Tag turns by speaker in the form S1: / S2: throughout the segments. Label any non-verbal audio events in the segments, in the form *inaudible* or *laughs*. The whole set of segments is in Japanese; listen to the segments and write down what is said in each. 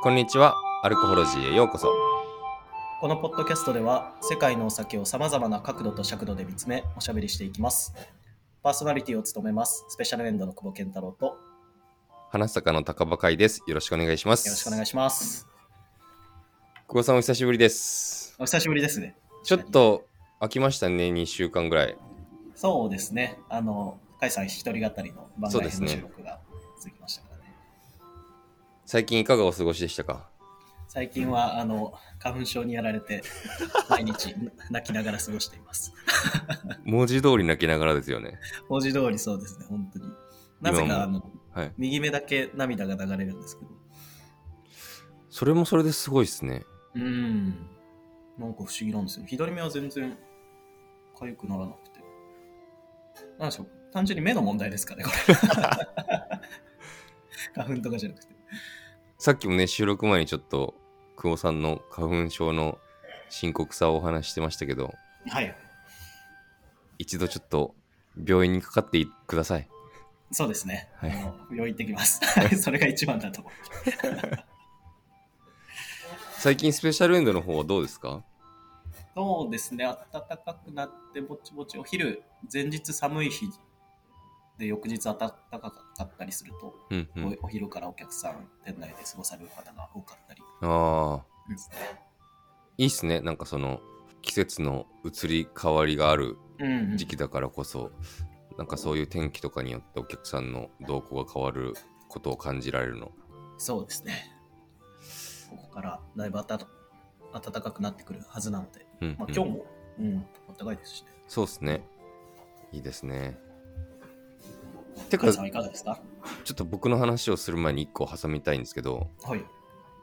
S1: こんにちは、アルコホロジーへようこそ。
S2: このポッドキャストでは世界のお酒をさまざまな角度と尺度で見つめおしゃべりしていきます。パーソナリティを務めますスペシャルエンドの久保健太郎とよ
S1: 花坂の高場会です。よろしくお願いします。
S2: ろしくお願い
S1: し
S2: します。
S1: ます。久保さん、お久しぶりです。
S2: お久しぶりですね。
S1: ちょっと空きましたね、2週間ぐらい。
S2: そうですね。あの、甲斐さん一人語りの番
S1: そうです
S2: 外編の
S1: ね
S2: 収録が続きましたからね。
S1: 最近いかがお過ごしでした
S2: *laughs*
S1: か
S2: 最近はあの花粉症にやられて毎日 *laughs* 泣きながら過ごしています。
S1: 文字通り泣きながらですよね。
S2: 文字通りそうですね、本当に。なぜ
S1: 今も
S2: かあの
S1: はい。
S2: 右目だけ涙が流れるんですけど。
S1: それもそれですごいですね。
S2: うーん。なんか不思議なんですよ。左目は全然痒くならなくて。なんでしょう。単純に目の問題ですかね、これ。 *laughs* 花粉とかじゃなくて。
S1: さっきもね、収録前にちょっと久保さんの花粉症の深刻さをお話ししてましたけど、
S2: はい。
S1: 一度ちょっと病院にかかってください。
S2: そうですね。
S1: はい
S2: あの病院行ってきます。はい *laughs* それが一番だと思う。
S1: 最近スペシャルエンドの方はどうですか
S2: そうですね。暖かくなって、ぼちぼちお昼、前日寒い日で、翌日暖かかったりすると、
S1: うんうん。
S2: おお昼からお客さん、店内で過ごされる方が多かったり
S1: ああ。
S2: ですね。
S1: いいっすねなんかその季節の移り変わりがある
S2: うん、うん。
S1: 時期だからこそ、なんかそういう天気とかによってお客さんの動向が変わることを感じられるの
S2: そうですね。ここからだいぶ暖暖かくなってくるはずなので、
S1: うん、
S2: まあ、
S1: うん
S2: 今日も、うん、暖かいですしね。
S1: そうっすねいいですねて
S2: て
S1: か
S2: か
S1: ち
S2: さんはいかがですか
S1: ょっと僕の話をする前に1個挟みたいんですけど
S2: はい。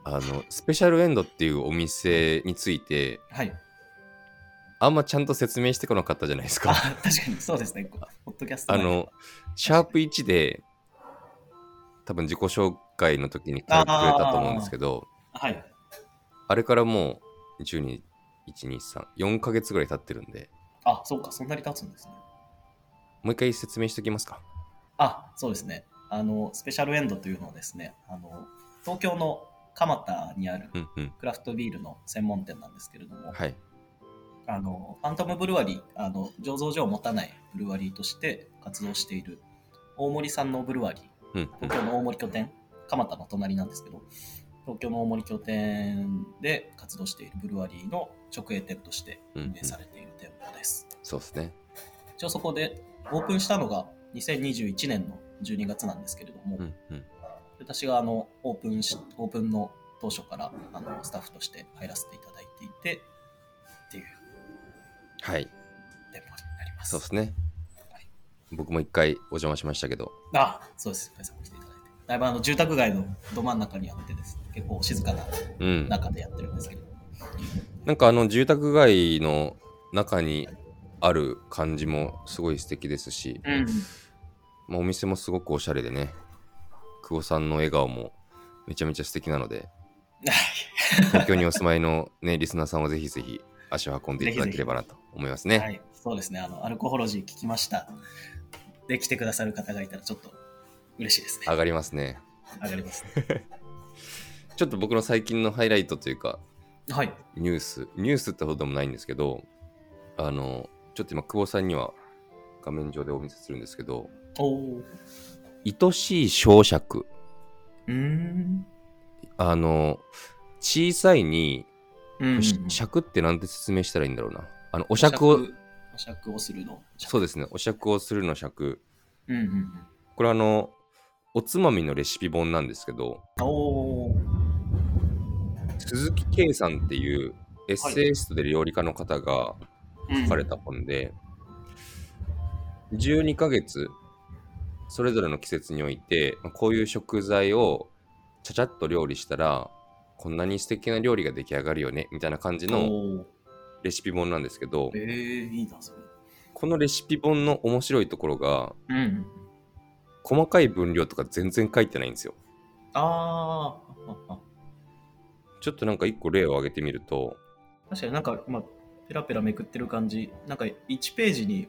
S1: あのスペシャルエンドっていうお店について
S2: はい。
S1: あんまちゃんと説明してこなかったじゃないですか
S2: あ確かにそうですね。ポッドキャスト
S1: あ
S2: 内で
S1: のシャープ1で多分自己紹介の時に書いてくれたと思うんですけど
S2: はい。
S1: あれからもう、12、1、2、3、4ヶ月ぐらい経ってるんで、
S2: あ、そうか、そんなに経つんですね。
S1: もう一回説明しておきますか。
S2: あ、そうですね。あの、スペシャルエンドというのはですね、あの、東京の蒲田にある
S1: うんうん。
S2: クラフトビールの専門店なんですけれども、
S1: はい。
S2: あの、ファントムブルワリー、あの、醸造所を持たないブルワリーとして活動している大森さんのブルワリー、
S1: うんうん。
S2: 東京の大森拠点、蒲田の隣なんですけど、東京の大森拠点で活動しているブルワリーの直営店として運営されている店舗です。
S1: そうですね。
S2: 一応そこでオープンしたのが2021年の12月なんですけれども、
S1: うんうん。
S2: 私があのオープンしオープンの当初からあのスタッフとして入らせていただいていてっていう
S1: はい。
S2: 店舗になります。
S1: そうですね
S2: はい。
S1: 僕も一回お邪魔しましたけど、
S2: あそうです。皆さんも来ていただいて。だいぶあの住宅街のど真ん中にあってです、ね、結構静かな
S1: うん。
S2: 中でやってるんですけど、
S1: なんかあの、住宅街の中にある感じもすごい素敵ですし、
S2: うん、
S1: まあ、お店もすごくおしゃれでね、久保さんの笑顔もめちゃめちゃ素敵なので、東京にお住まいのね、 *laughs* リスナーさんはぜひぜひ足を運んでいただければなと思いますね。
S2: はい、そうですね。あの、アルコホロジー聞きました。で、来てくださる方がいたら、ちょっと嬉しいですね。
S1: 上がりますね。
S2: 上がりますね、
S1: ちょっと僕の最近のハイライトというか、
S2: はい。
S1: ニュース、ニュースってほどでもないんですけど、あの、ちょっと今、久保さんには画面上でお見せするんですけど、
S2: おお。
S1: 愛しい小尺。
S2: うーん。
S1: あの、小さいに、
S2: うん
S1: し尺ってなんて説明したらいいんだろうな。あの、お尺を、。
S2: お釈をするの。
S1: そう
S2: う。
S1: ですね、お尺をするの尺。
S2: うんうんうん。
S1: これあの、おつまみのレシピ本なんですけど、
S2: おお。
S1: 鈴木圭さんっていうエッセイストで料理家の方が、書かれた本で、12ヶ月それぞれの季節においてまあこういう食材をちゃちゃっと料理したらこんなに素敵な料理が出来上がるよねみたいな感じの
S2: おー
S1: レシピ本なんですけど
S2: えー、いいな、それ。
S1: このレシピ本の面白いところが
S2: うんうんうん。
S1: 細かい分量とか全然書いてないんですよ
S2: あーあ。
S1: ちょっとなんか一個例を挙げてみると
S2: 確かになんか、まあ、ペラペラめくってる感じ。なんか、1ページに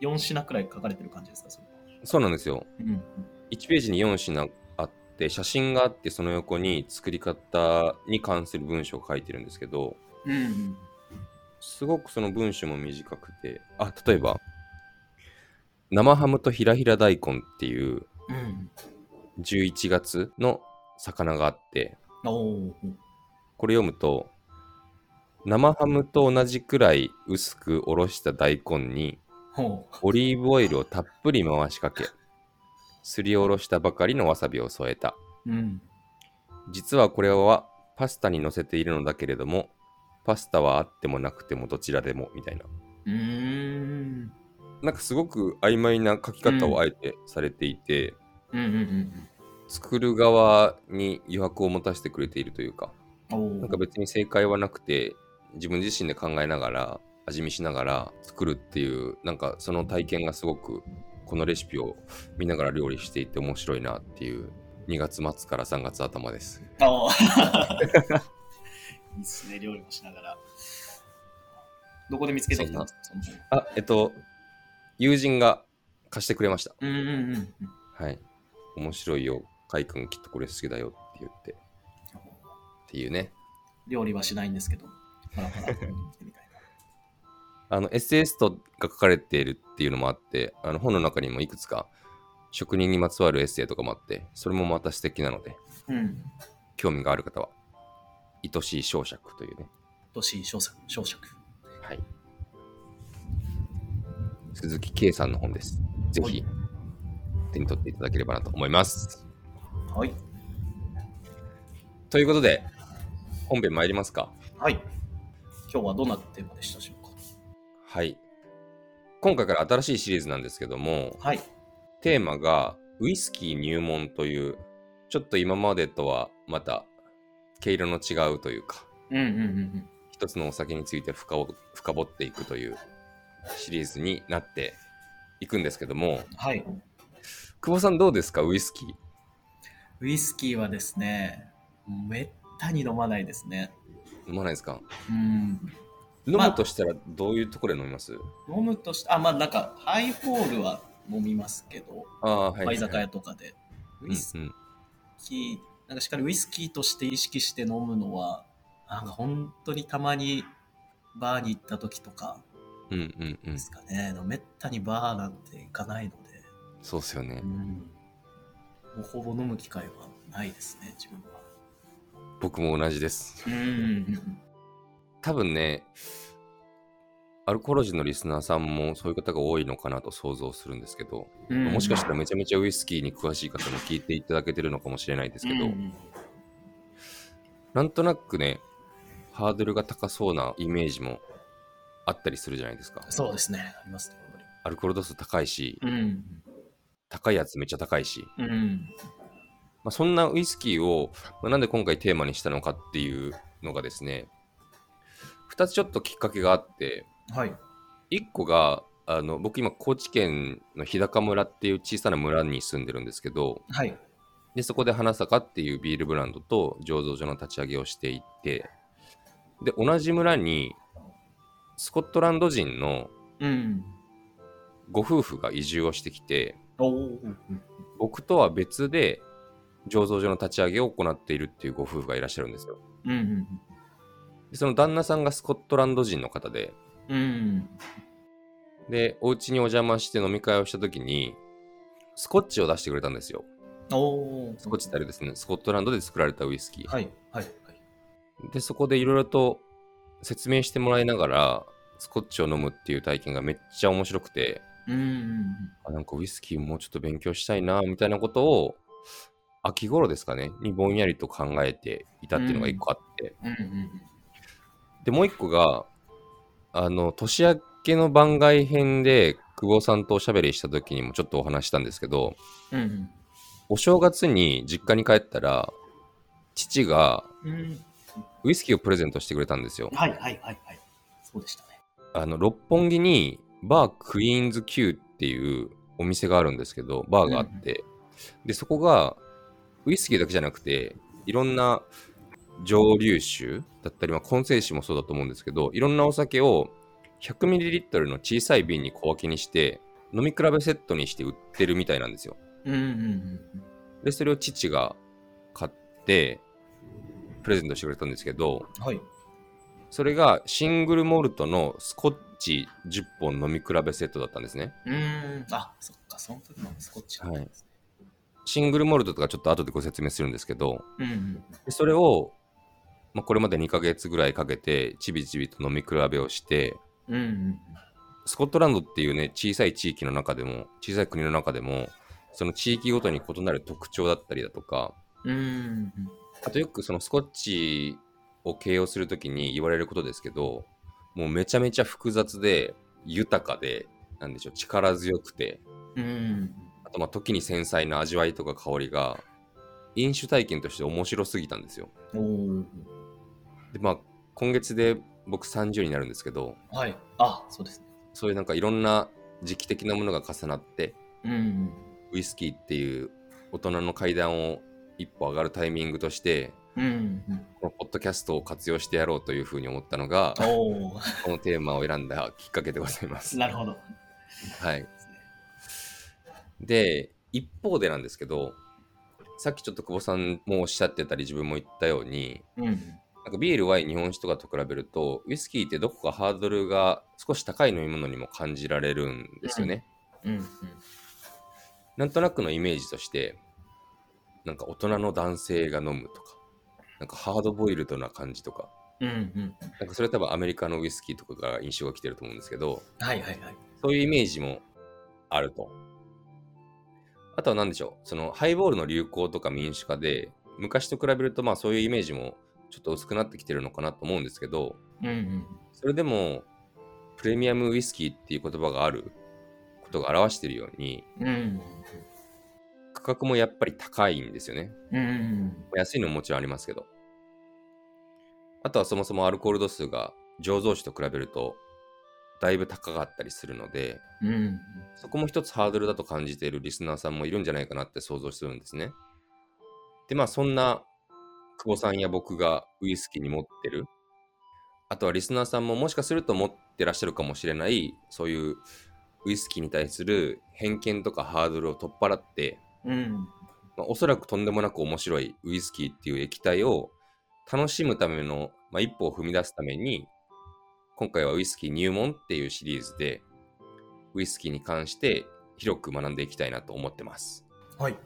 S2: 4品くらい書かれてる感じですか、それ。
S1: そうなんですよ。
S2: うん。
S1: 1ページに4品あって、写真があって、その横に作り方に関する文章を書いてるんですけど、
S2: うんうん。
S1: すごくその文章も短くて、あ、例えば、生ハムとひらひら大根っていう
S2: うん。
S1: 11月の魚があって、
S2: おお。
S1: これ読むと、生ハムと同じくらい薄くおろした大根に
S2: ほ
S1: オリーブオイルをたっぷり回しかけ、すりおろしたばかりのわさびを添えた。
S2: う。うん。
S1: 実はこれはパスタに乗せているのだけれども、パスタはあってもなくてもどちらでもみたいな。
S2: うーん。
S1: なんかすごく曖昧な書き方をあえてされていて、
S2: うんうんうん
S1: 作る側に余白を持たせてくれているというか、
S2: うん。おお。
S1: なんか別に正解はなくて、自分自身で考えながら、味見しながら作るっていう、なんかその体験がすごく、このレシピを見ながら料理していて面白いなっていう、2月末から3月頭です。
S2: ああ。いいっすね、料理もしながら。どこで見つけてきたんですかその本
S1: あ、えっと、友人が貸してくれました。
S2: うんうんうんうん。
S1: はい。面白いよ、カイ君きっとこれ好きだよって言って、っていうね。
S2: 料理はしないんですけど、パラパラ見てみたいな。
S1: あの、エッセイストが書かれているっていうのもあって、あの本の中にもいくつか職人にまつわるエッセイとかもあって、それもまた素敵なので、
S2: うん。
S1: 興味がある方は、愛しい小尺というね。
S2: 年小作、小作。
S1: はい。鈴木圭さんの本です。ぜひ手に取っていただければなと思います。
S2: はい。
S1: ということで、本編参りますか。
S2: はい。今日はどんなテーマでしたでしょうか
S1: はい。今回から新しいシリーズなんですけども、
S2: はい。
S1: テーマがウイスキー入門というちょっと今までとはまた毛色の違うというか
S2: うんうんうん
S1: 一つのお酒について深を深掘っていくというシリーズになっていくんですけども
S2: うん。はい。
S1: 久保さんどうですかウイスキー
S2: ウイスキーはですね、めったに飲まないですね。
S1: 飲まないですか
S2: うん。
S1: 飲
S2: まあ
S1: むとしたらどういうところで飲みます、
S2: 飲むとして、あ、まあなんか、ハイボールは飲みますけど、
S1: ああはい
S2: まあ
S1: はいはい、
S2: 居酒屋とかで。ウイス
S1: うんうん
S2: キー、なんかしっかりウイスキーとして意識して飲むのは、なんか本当にたまにバーに行った時とか
S1: うんうんうん
S2: ですかね。めったにバーなんて行かないので、
S1: そうっすよね
S2: うんもうほぼ飲む機会はないですね、自分は。
S1: 僕も同じです
S2: うん。
S1: 多分ねアルコール人のリスナーさんもそういう方が多いのかなと想像するんですけどもしかしたらめちゃめちゃウイスキーに詳しい方も聞いていただけてるのかもしれないですけど、
S2: うん
S1: なんとなくね、ハードルが高そうなイメージもあったりするじゃないですか。
S2: そうですね、ありますね、やっぱり
S1: アルコール度数高いし、
S2: うん。
S1: 高いやつめっちゃ高いし、
S2: うん。
S1: まあ、そんなウイスキーを、まあなんで今回テーマにしたのかっていうのがですね、2つちょっときっかけがあって、
S2: はい。
S1: 1個が、あの僕今高知県の日高村っていう小さな村に住んでるんですけど、
S2: はい。
S1: で、そこで花坂っていうビールブランドと醸造所の立ち上げをしていって、で、同じ村にスコットランド人の
S2: うん。
S1: ご夫婦が移住をしてきて、
S2: おー
S1: 僕とは別で醸造所の立ち上げを行っているっていうご夫婦がいらっしゃるんですよ。
S2: うん。うん。
S1: で、その旦那さんがスコットランド人の方で、
S2: うん。
S1: で、お家にお邪魔して飲み会をした時に、スコッチを出してくれたんですよ。
S2: おー
S1: スコッチってあれですね、スコットランドで作られたウイスキー。
S2: はい。はい。はい。
S1: で、そこでいろいろと説明してもらいながら、スコッチを飲むっていう体験がめっちゃ面白くて、
S2: うん。
S1: あなんかウイスキーもうちょっと勉強したいな、みたいなことを、秋頃ですかね、にぼんやりと考えていたっていうのが一個あって。
S2: うん。うん。
S1: で、もう一個が、あの、年明けの番外編で、久保さんとおしゃべりした時にもちょっとお話ししたんですけど、
S2: うん。
S1: お正月に実家に帰ったら、父が
S2: うん。
S1: ウイスキーをプレゼントしてくれたんですよ。
S2: はい。はい。はい。はい。そうでしたね。
S1: あの、六本木に、バークイーンズ Q っていうお店があるんですけど、バーがあって、で、そこが、ウイスキーだけじゃなくて、いろんな蒸留酒だったり、まあ、混成酒もそうだと思うんですけど、いろんなお酒を 100ml の小さい瓶に小分けにして、飲み比べセットにして売ってるみたいなんですよ。
S2: うんうんうん
S1: で、それを父が買って、プレゼントしてくれたんですけど、
S2: うん。はい。
S1: それがシングルモルトのスコッチ10本飲み比べセットだったんですね。
S2: うーん。あ、そっか、その時のスコッチだったんですね。
S1: シングルモルトとかちょっと後でご説明するんですけど、
S2: うんうん。
S1: でそれを、まあ、これまで2ヶ月ぐらいかけて、ちびちびと飲み比べをして、
S2: うんうんうん。
S1: スコットランドっていうね、小さい地域の中でも、小さい国の中でも、その地域ごとに異なる特徴だったりだとか、
S2: うんうんうん。
S1: あとよくそのスコッチを形容するときに言われることですけど、もうめちゃめちゃ複雑で、豊かで、なんでしょう、力強くて、
S2: うんうん
S1: あとまあ時に繊細な味わいとか香りが、飲酒体験として面白すぎたんですよ。
S2: うん。
S1: で、まあ今月で僕30になるんですけど、
S2: おお。はい。あ、そうですね。
S1: そういうなんかいろんな時期的なものが重なって、
S2: うんうん。
S1: ウイスキーっていう大人の階段を一歩上がるタイミングとして、
S2: うんうん
S1: このポッドキャストを活用してやろうというふうに思ったのが、
S2: うん。おお。
S1: このテーマを選んだきっかけでございます。
S2: なるほど。
S1: はい。で、一方でなんですけど、さっきちょっと久保さんもおっしゃってたり、自分も言ったように、
S2: うんうん。
S1: なんかビール、ワイン、日本酒とかと比べると、ウイスキーってどこかハードルが少し高い飲み物にも感じられるんですよね。
S2: うんうん。
S1: なんとなくのイメージとして、なんか大人の男性が飲むとか、なんかハードボイルドな感じとか、
S2: うんうん。
S1: なんかそれは多分アメリカのウイスキーとかが印象が来てると思うんですけど、
S2: はいはいはい。
S1: そういうイメージもあると。あとは何でしょう、そのハイボールの流行とか民主化で、昔と比べるとまあそういうイメージもちょっと薄くなってきてるのかなと思うんですけど、
S2: うんうん。
S1: それでもプレミアムウイスキーっていう言葉があることが表してるように、
S2: うん
S1: 価格もやっぱり高いんですよね。
S2: うん。うん
S1: 安いのももちろんありますけど。あとはそもそもアルコール度数が醸造酒と比べるとだいぶ高かったりするので、
S2: うん。うん
S1: そこも一つハードルだと感じているリスナーさんもいるんじゃないかなって想像するんですね。で、まあそんな久保さんや僕がウイスキーに持ってる、あとはリスナーさんももしかすると持ってらっしゃるかもしれない、そういうウイスキーに対する偏見とかハードルを取っ払って、
S2: うん。
S1: まあ、おそらくとんでもなく面白いウイスキーっていう液体を楽しむための、まあ、一歩を踏み出すために今回はウイスキー入門っていうシリーズでウイスキーに関して広く学んでいきたいなと思ってます
S2: はい。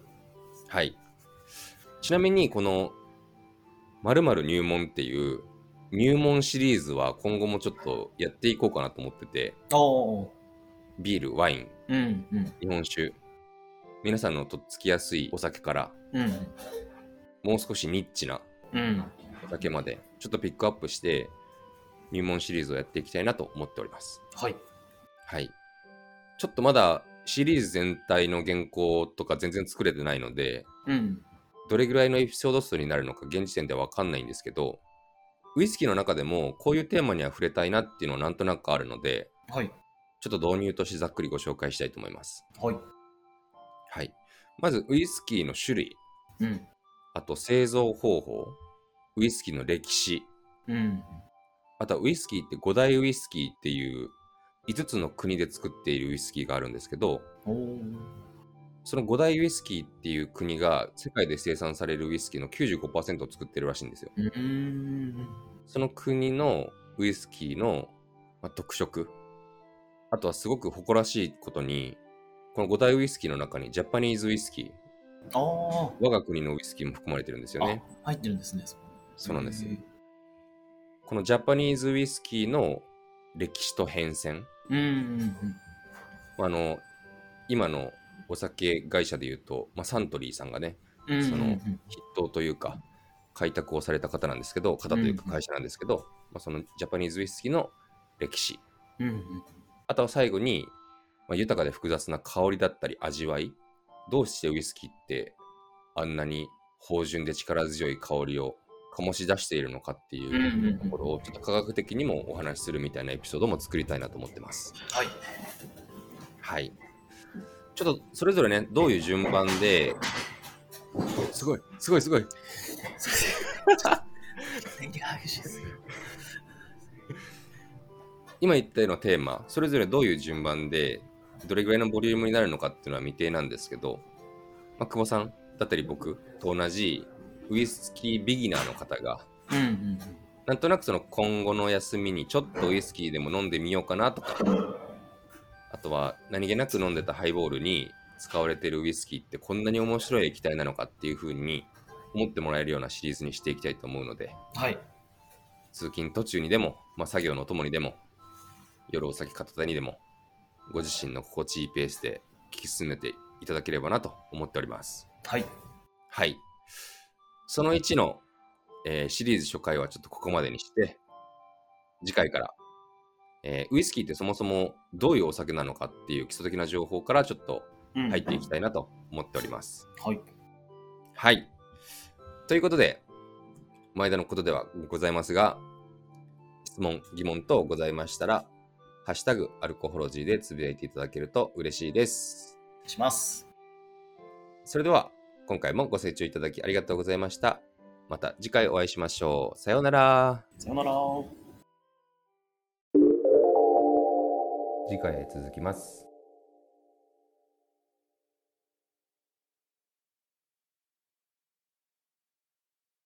S1: はいちなみにこの〇〇入門っていう入門シリーズは今後もちょっとやっていこうかなと思ってて
S2: おお。
S1: ビールワイン
S2: うんうん。
S1: 日本酒皆さんのとっつきやすいお酒から
S2: うん。
S1: もう少しニッチな
S2: うん。
S1: だけまでちょっとピックアップして入門シリーズをやっていきたいなと思っております。
S2: はい。
S1: はい。ちょっとまだシリーズ全体の原稿とか全然作れてないので、
S2: うん。
S1: どれぐらいのエピソード数になるのか現時点ではわかんないんですけど、ウイスキーの中でもこういうテーマには触れたいなっていうのはなんとなくあるので、
S2: はい。
S1: ちょっと導入としてざっくりご紹介したいと思います。
S2: はい。
S1: はい。まずウイスキーの種類、
S2: うん。
S1: あと製造方法、ウイスキーの歴史、
S2: うん。
S1: あとはウイスキーって五大ウイスキーっていう5つの国で作っているウイスキーがあるんですけど、
S2: おお。
S1: その五大ウイスキーっていう国が世界で生産されるウイスキーの95%を作ってるらしいんですよ。
S2: うん。
S1: その国のウイスキーの、まあ特色。あとはすごく誇らしいことに、この五大ウイスキーの中にジャパニーズウイスキー、
S2: ああ。
S1: 我が国のウイスキーも含まれてるんですよね。
S2: あ入ってるんですね。そこ
S1: そうなんです
S2: へー
S1: このジャパニーズウイスキーの歴史と変遷。
S2: うんうん
S1: あの今のお酒会社でいうと、まあ、サントリーさんがね
S2: うん。うん
S1: その
S2: うんうん
S1: 筆頭というか開拓をされた方なんですけど方というか
S2: うん
S1: 会社なんですけど、まあ、そのジャパニーズウイスキーの歴史
S2: うんうん
S1: あとは最後に、まあ、豊かで複雑な香りだったり味わいどうしてウイスキーってあんなに芳醇で力強い香りを醸し出しているのかってい
S2: うんうんう
S1: うんところをちょっと科学的にもお話しするみたいなエピソードも作りたいなと思ってます。
S2: はい。
S1: はい。ちょっとそれぞれね、どういう順番で。すごい、すごい、すごい。
S2: 電気が激しいですよ。
S1: 今言ったようなテーマ、それぞれどういう順番でどれぐらいのボリュームになるのかっていうのは未定なんですけど、まあ、久保さんだったり僕と同じウイスキービギナーの方が、
S2: うんうん
S1: なんとなくその今後の休みにちょっとウイスキーでも飲んでみようかなとか、あとは何気なく飲んでたハイボールに使われてるウイスキーってこんなに面白い液体なのかっていうふうに思ってもらえるようなシリーズにしていきたいと思うので、
S2: はい。
S1: 通勤途中にでも、まあ、作業のともにでも、夜お酒片手にでも、ご自身の心地いいペースで聞き進めていただければなと思っております。
S2: はい。
S1: はい。その1の、えーシリーズ初回はちょっとここまでにして、次回から、えーウイスキーってそもそもどういうお酒なのかっていう基礎的な情報からちょっと
S2: うん
S1: 入っていきたいなと思っております。
S2: はい。
S1: はい。ということで、前田のことではございますが、質問、疑問等ございましたら、ハッシュタグアルコホロジーでつぶやいていただけると嬉しいです。
S2: します。
S1: それでは、今回もご清聴いただきありがとうございました。また次回お会いしましょう。さようなら。
S2: さよなら。
S1: 次回へ続きます。